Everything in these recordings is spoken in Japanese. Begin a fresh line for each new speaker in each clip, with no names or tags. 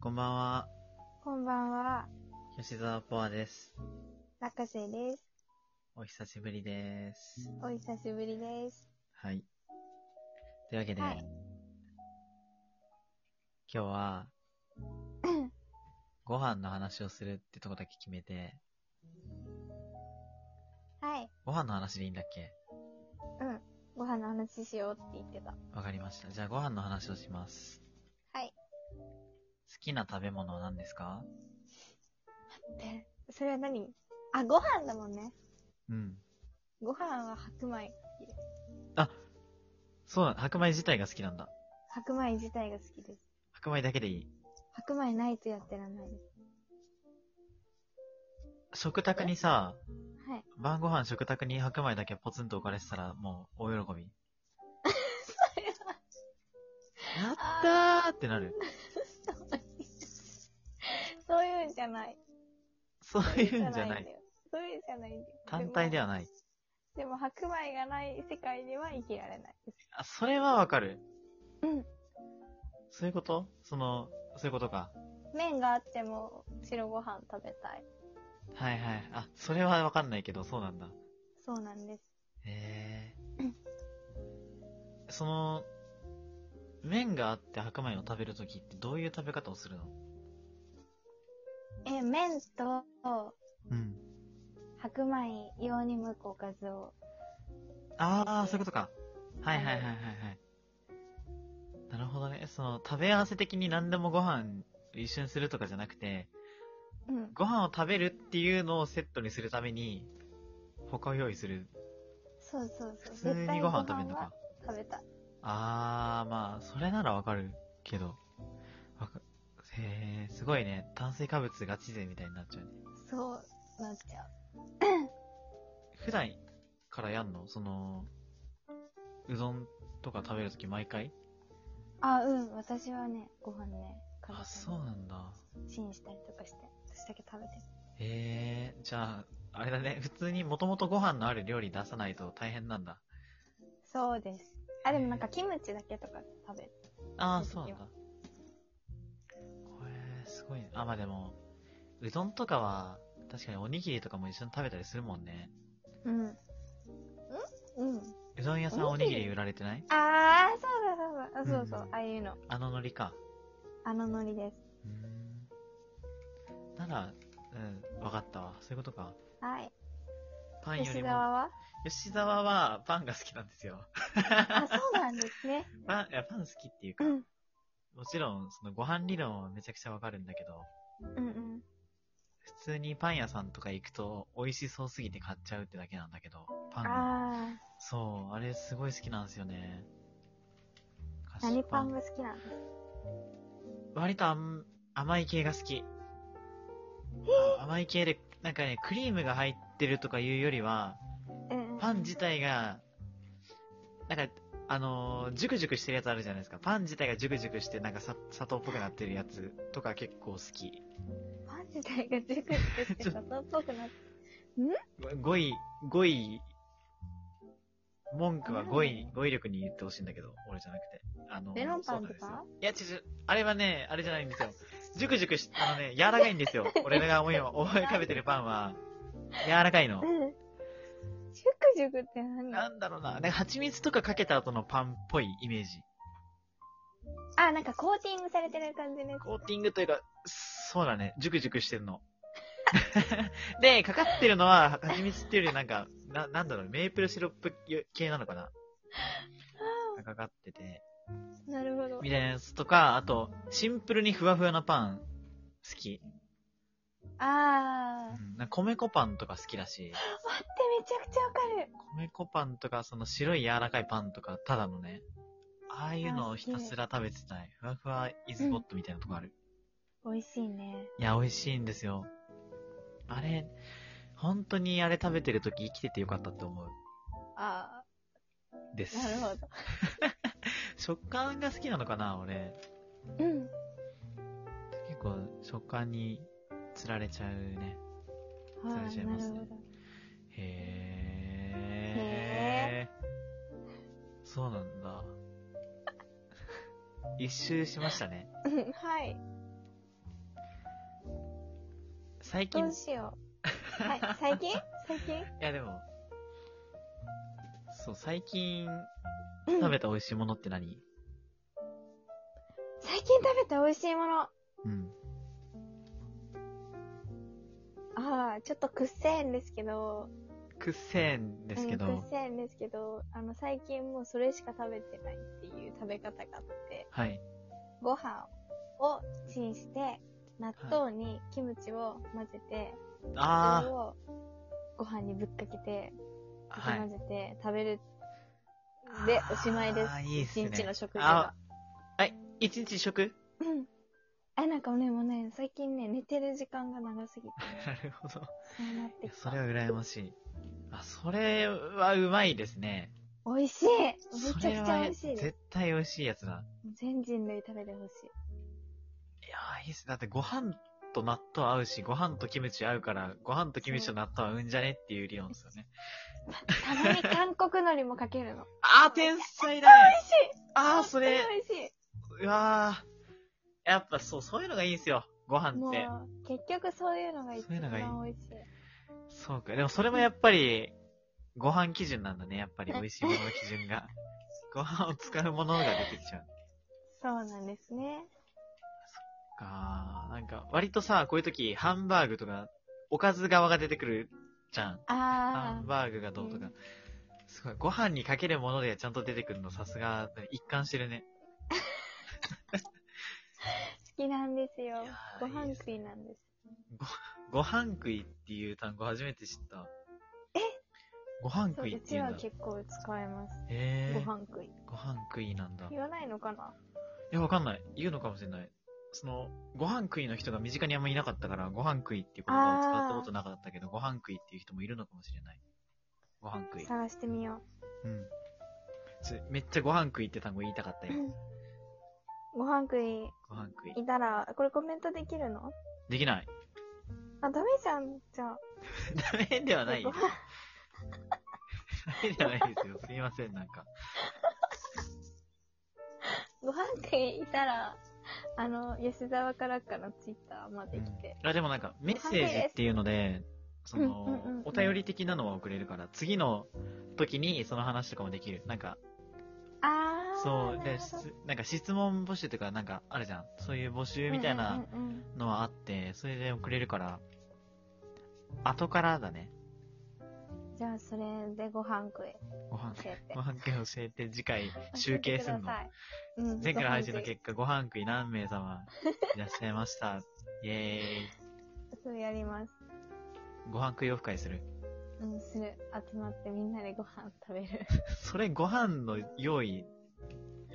こんばんは、
こんばんは、
吉沢ポアです。
中瀬です。
お久しぶりです。
お久しぶりです。
はい。というわけで、
はい
今日 は、ご飯の話をするってとこだけ決めて、
はい。
ご飯の話でいいんだっけ
うん。ご飯の話しようって言ってた。
わかりました。じゃあご飯の話をします。
はい。
好きな食べ物は何ですか
で、それは何あ、ご飯だもんね。
うん。
ご飯は白米。
そうだ、白米自体が好きなんだ。
白米自体が好きです。
白米だけでいい。
白米ないとやってらんないです。
食卓にさ、
はい。
晩ご飯食卓に白米だけポツンと置かれてたら、もう大 喜び。やったーってなる。
そういうんじゃない。
そういうんじゃない
んだ。よ。そういうんじゃないんだよ。
単体では
ない。
ない。
でも白米がない世界では生きられないです。
あ、それはわかる。
うん。
そういうことその、そういうことか。
麺があっても白ご飯食べたい。
はいはい。あ、それはわかんないけど、そうなんだ。
そうなんです。
へ
う
え。その、麺があって白米を食べるときってどういう食べ方をするの
え、麺と、
うん。
白米用に向くおかずを。
ああ、そういうことか。はいはいはいはいはい。なるほどね。その、食べ合わせ的に何でもご飯一緒にするとかじゃなくて、
うん。
ご飯を食べるっていうのをセットにするために、他を用意する。
そうそうそう。
普通にご飯を食べるのか。
絶対ご飯は食べたい。
あー、まあ、それならわかるけど。わかへえ、すごいね。炭水化物ガチ勢みたいになっちゃうね。
そうなっちゃう。
普段からやんのその、うどんとか食べるとき毎回
あ、うん。私はね、ご飯ね、家
あ、
族
そうなんだ。
にチンしたりとかして、私だけ食べてる。
えー、じゃあ、あれだね、普通にもともとご飯のある料理出さないと大変なんだ。
そうです。あ、でもなんかキムチだけとか食べる。
ああ、そ
そうう
なん
だ
だ。へえ、すごいね。あ、まあでも、うどんとかは、確かにおにぎりとかも一緒に食べたりするもんね。
うん。んうん。
うどん屋さんお
おに
に
ぎり
ぎり売られてない
あー、そうだそうだ。あそうそう。
うん
ああいうの。
あの海苔か。
あのノリです。
うーん。なら、うん、わかったわ。そういうことか。
はい。
パンよ
吉
り
沢
も、
は
吉沢はパンが好きなんですよ。
あ、そうなんです ね。
パン、いや、パン好きっていうか、
うん。
もちろん、そのご飯理論はめちゃくちゃわかるんだけど、
うんうん。
普通にパン屋さんとか行くと美味しそうすぎて買っちゃうってだけなんだけど、パンが。
あー。
そう、あれすごい好きなんですよね。菓子
何パンが好きなの
割とあん甘い系が好き。あ甘い系で、なんかね、クリームが入ってるとかいうよりは、
うんうん
パン自体が、なんか、あのー、ジュクジュクしてるやつあるじゃないですか。パン自体がジュクジュクして、なんかさ砂糖っぽくなってるやつとか結構好き。
パン自体がジュクジュ クして砂糖っぽくなって。
5位、5位、文句は語彙、語彙力に言ってほしいんだけど、俺じゃなくて。あの、
メロンパ
そ
ン
うなん
と
です
か
よいや、違う違う、あれはね、あれじゃないんですよ。ジュクジュクし、あのね、柔らかいんですよ。俺が思い、思い浮かべてるパンは、柔らかいの
う。ん。ジュクジュクって何
なんだろうな、なんか蜂蜜とかかけた後のパンっぽいイメージ。
あ、なんかコーティングされてる感じね。
コーティングというか、そうだね、ジュクジュクしてるの。 で、かかってるのは、蜂蜜っていうよりなんか、な、なんだろう、メープルシロップ系なのかな。かかってて。
なるほど。
みたいなやつとか、あと、シンプルにふわふわなパン、好き。
あー。
う
待って、
ん、なんか米粉パンとか好きだし、
めちゃくちゃわかる。
米粉パンとか、その白い柔らかいパンとか、ただのね、ああいうのをひたすら食べてたい。ふわふわイズボットみたいなとこある。
美味しいね。
いや、美味しいんですよ。あれ、本当にあれ食べてるとき生きててよかったって思う。
あ
です。
ー、なるほど。
食感が好きなのかな、俺。
うん。
結構、食感に釣られちゃうね。
あ
それじゃ
ー
い
な
ます
る
ね
ほど。
へえ。そうなん だ。一周しましたね。
うんはい。
最近、
どう
い
しよう。はい、最近最近
やでも、そう、最近
うん
食べた美味しいものって何
最近食べた美味しいもの。あ
うん。
あ、ちょっとくっせえんですけど。
くっせえんですけ
うん、く
ど
っ、せえんですけど、あの、最近もうそれしか食べてないっていう食べ方があって、
はい。
ご飯をチンして、納豆にキムチを混ぜて、それ
あ
をご飯にぶっかけて、
あ、
かき
は
混
い。
ぜて食べる。で、おしまいです
あ。ーいいっす
一
ね。
日の食事
あ
が。
はい、一日一食
うん。あ、なんかね、もうね、最近ね、寝てる時間が長すぎて、
なるほど。
そうなってき
そ
た
れ。は羨ましい。あ、それはうまいですね。
美味しいめ
そ
ち
れ
ゃくちゃ
は
美味しいです。
絶対美味しいやつだ。
全人類食べてほしい。
いやー、いいっす。だってご飯と納豆合うし、ご飯とキムチ合うから、ご飯とキムチと納豆合うんじゃねっていう理論ですよね。
たまに韓国海苔もかけるの。
あー、天才だ
美
ね
味しい
あー、それ
本、当に美味しい。
うわー。やっぱそう、そういうのがいいんすよ。ご飯
も
って。
う、結局そういうのが一
そういうのがいい
番美味しい。
そうか。でもそれもやっぱり、ご飯基準なんだね。やっぱり美味しいものの基準 が。ご飯を使うものが出てきちゃう。
そうなんですね。
かなんか、割とさ、こういう時、ハンバーグとか、おかず側が出てくるじゃん。ハ
あ
ン
あ、
バーグがどうと
う
か
ん。
すごい。ご飯にかけるものでちゃんと出てくるの、さすが、一貫してるね。
好きなんですよ
いや。ー
ご飯食いなんです。
ご飯食いっていう単語初めて知った。えご飯
そう、
食いっ
う
て
ち
いうん
は
だ。
結構使えます。
え
ご
ー、
飯食い。
ご飯食いなんだ。い
言わないのかな
や、わかんない。言うのかもしれない。その、ご飯食いの人が身近にあんまいなかったから、ご飯食いっていう言葉を使ったことなかったけど、ご飯食いっていう人もいるのかもしれない。ご飯食い。
探してみよ
うん。ちょめっちゃご飯食いって単語言いたかったよ。
う。 ご飯食い、
ご飯食い。
いたら、これコメントできるの
できない。
あ、ダメじゃん、じゃあ。
ダメではない
ご
よ。
飯
ダメではないですよ。すいません、なんか。
ご飯食いいたら、 あの、吉沢からかのツイッターまで来て。
あ、でもなんか、メッセージっていうので、そ
うんうんうんう
の
ん、
お便り的なのは送れるから、次の時にその話とかもできる。なんか、
ああ、
そう、
な
で、
るほど
質なんか質問募集とか、なんかあるじゃん。そういう募集みたいな
うんうんうんうん
のはあって、それで送れるから、後からだね。
じゃあ、それでご飯食い
ご 飯、
教えて
ご。飯食い教えて、次回 集計するの。
の
前回の配信の結果、ご飯食い何名 様いらっしゃいました。イェーイ。
果。そうやります。
ご飯食いオフ会する。
うん、する。集まってみんなでご飯食べ る。
それご飯の用意、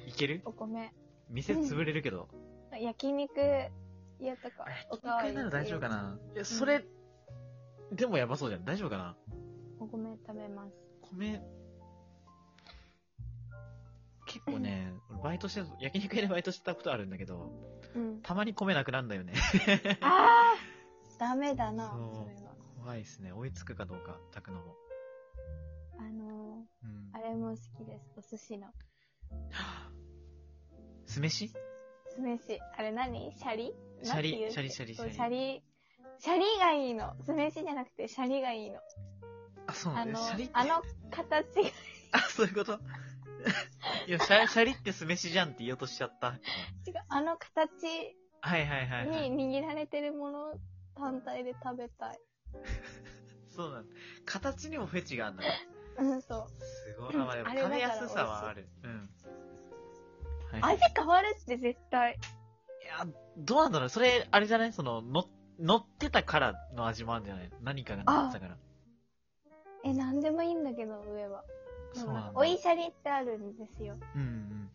いける
お米。
店潰れるけど。
焼肉屋と
あ、
かお
焼
かわ
肉
り
屋なら大丈夫かな。いや、
ん
それ、でもやばそうじゃん。大丈夫かな
お米食べます。
米、結構ね、俺バイトして、焼肉屋でバイトしてたことあるんだけど、
うん。
たまに米なくなんだよね。
ああダメだな、
そう
それは。
怖いですね。追いつくかどうか、炊くのも。
あの
うん
ー、あ。れも好きです。お寿司の。
酢飯
酢飯。あれ何シャリ
シャリ
なんていう
シャリシャリ
そう
シ
シ
ャ
ャリ。シャリがいいの。酢飯じゃなくてシャリがいいの。
あ、そうな
あ
んだ
の
よ。シャリっ、て
あの形が。
あ、そういうこと いや、シャシャリって酢飯じゃんって言おうとしちゃった。
違う あの形
はいはいはい、はい。
に握られてるもの単体で食べたい。
そうなんだ。形にもフェチがあるのよ。
うん、そう。
すごい。
うん
あまあでも
あれ
食べやすさはある。うん。はい。
味変わるって絶対。
いや、どうなんだろう。それ、あれじゃないその、の、乗ってたからの味もあるんじゃない何かが乗ってたから。
え、なんでもいいんだけど、上は。
そうなんだ。
おいしゃりってあるんですよ。
うん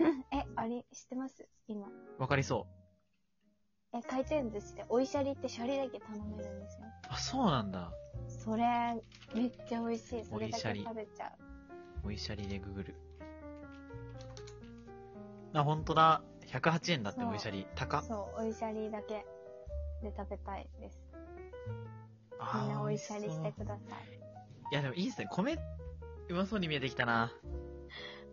うん。
え、あれ、知ってます今。
わかりそう。
え、回転寿司でおいしゃりってシャリだけ頼めるんですよ。
あ、そうなんだ。
それ、めっちゃ美味しい。それだ
おいしゃ
け
り
食べちゃ
おいしゃりでググる。あ、ほんとだ。108円だって、
そう
おいしゃり。
う。
高
そう、おいしゃりだけで食べたいです。みん
あ
な
ー
お
美
い
味し
し
そ
ゃ
う
りしてください。
いや、でもいいっすね。米、うまそうに見えてきたな。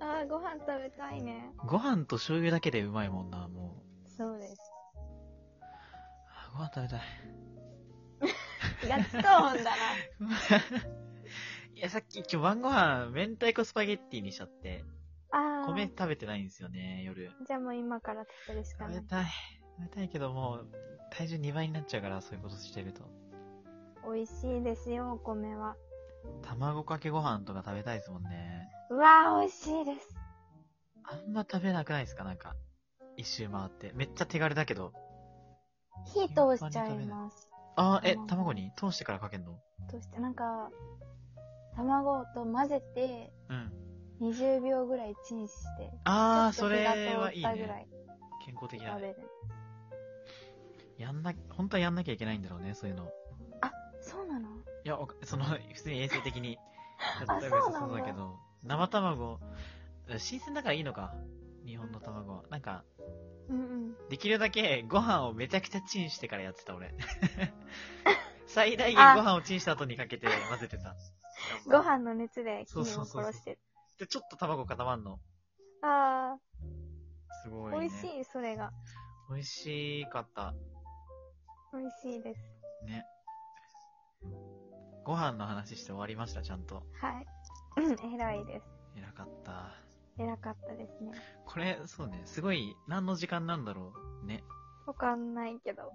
あー、ご飯食べたいね。
ご飯と醤油だけでうまいもんな、もう。
そうです。
あご飯食べたい。
やっとほんだら。
いや、さっき今日晩ご飯、明太子スパゲッティにしちゃって、
ああ。
米食べてないんですよね、夜。
じゃあもう今から食べるしか
食
な
べ
い。
たい。食べたいけどもう、体重2倍になっちゃうから、そういうことしてると。
美味しいですよ、お米は。
卵かけご飯とか食べたいですもんね。
うわー、美味しいです。
あんま食べなくないですかなんか。一周回って。めっちゃ手軽だけど。
火通しちゃいます。
あー、え
卵、
卵に通してからかけんの
通して、なんか、卵と混ぜて、
うん。
20秒ぐらいチンして、
あー、
ちょ
そ
っと火
れ
が
はい
通っ
い
たぐら
ね。
い
健康的だ
食べ
ね。
る。
やんな、本当はやんなきゃいけないんだろうね、そういうの。
そうなの
いや、わかその、普通に衛生的に。
あ
例えば
そうなんだ
そうだけど、生卵、新鮮だからいいのか。日本の卵は。なんか、
うんうん。
できるだけご飯をめちゃくちゃチンしてからやってた、 俺。最大限ご飯をチンした後にかけて混ぜてた。
ご飯の熱で菌
そう
を
そうそうそう
殺してる。
で、ちょっと卵固まんの。
あ
すごい、ね。
ー、美味しい、それが。
美味しかった。
美味しいです。
ね。ご飯の話して終わりました、ちゃんと。
はい。 うん偉いです。
偉かった。
偉かったですね。
これ、そうね、すごい、何の時間なんだろう。ね。
わかんないけど。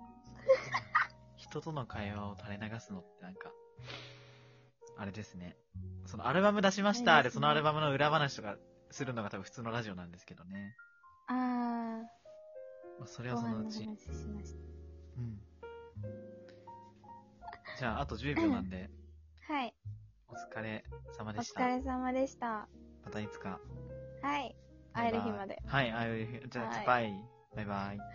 人との会話を垂れ流すのってなんか、あれですね。そのアルバム出しました
あ
で、
れです
そ
ね
のアルバムの裏話とかするのが多分普通のラジオなんですけどね。
あ
まあ、それ
ー、
はそ
ご飯の
のう
話
ち。
しまし
うん。じゃあ、あと10秒なんで、
た。はい。
お疲れ様
お
でした。
疲れ様でした。
またいつか。
はい。
バイバイ
会える日まで。
はい、会える日。じゃあ、
はい
バイ。バイバイ。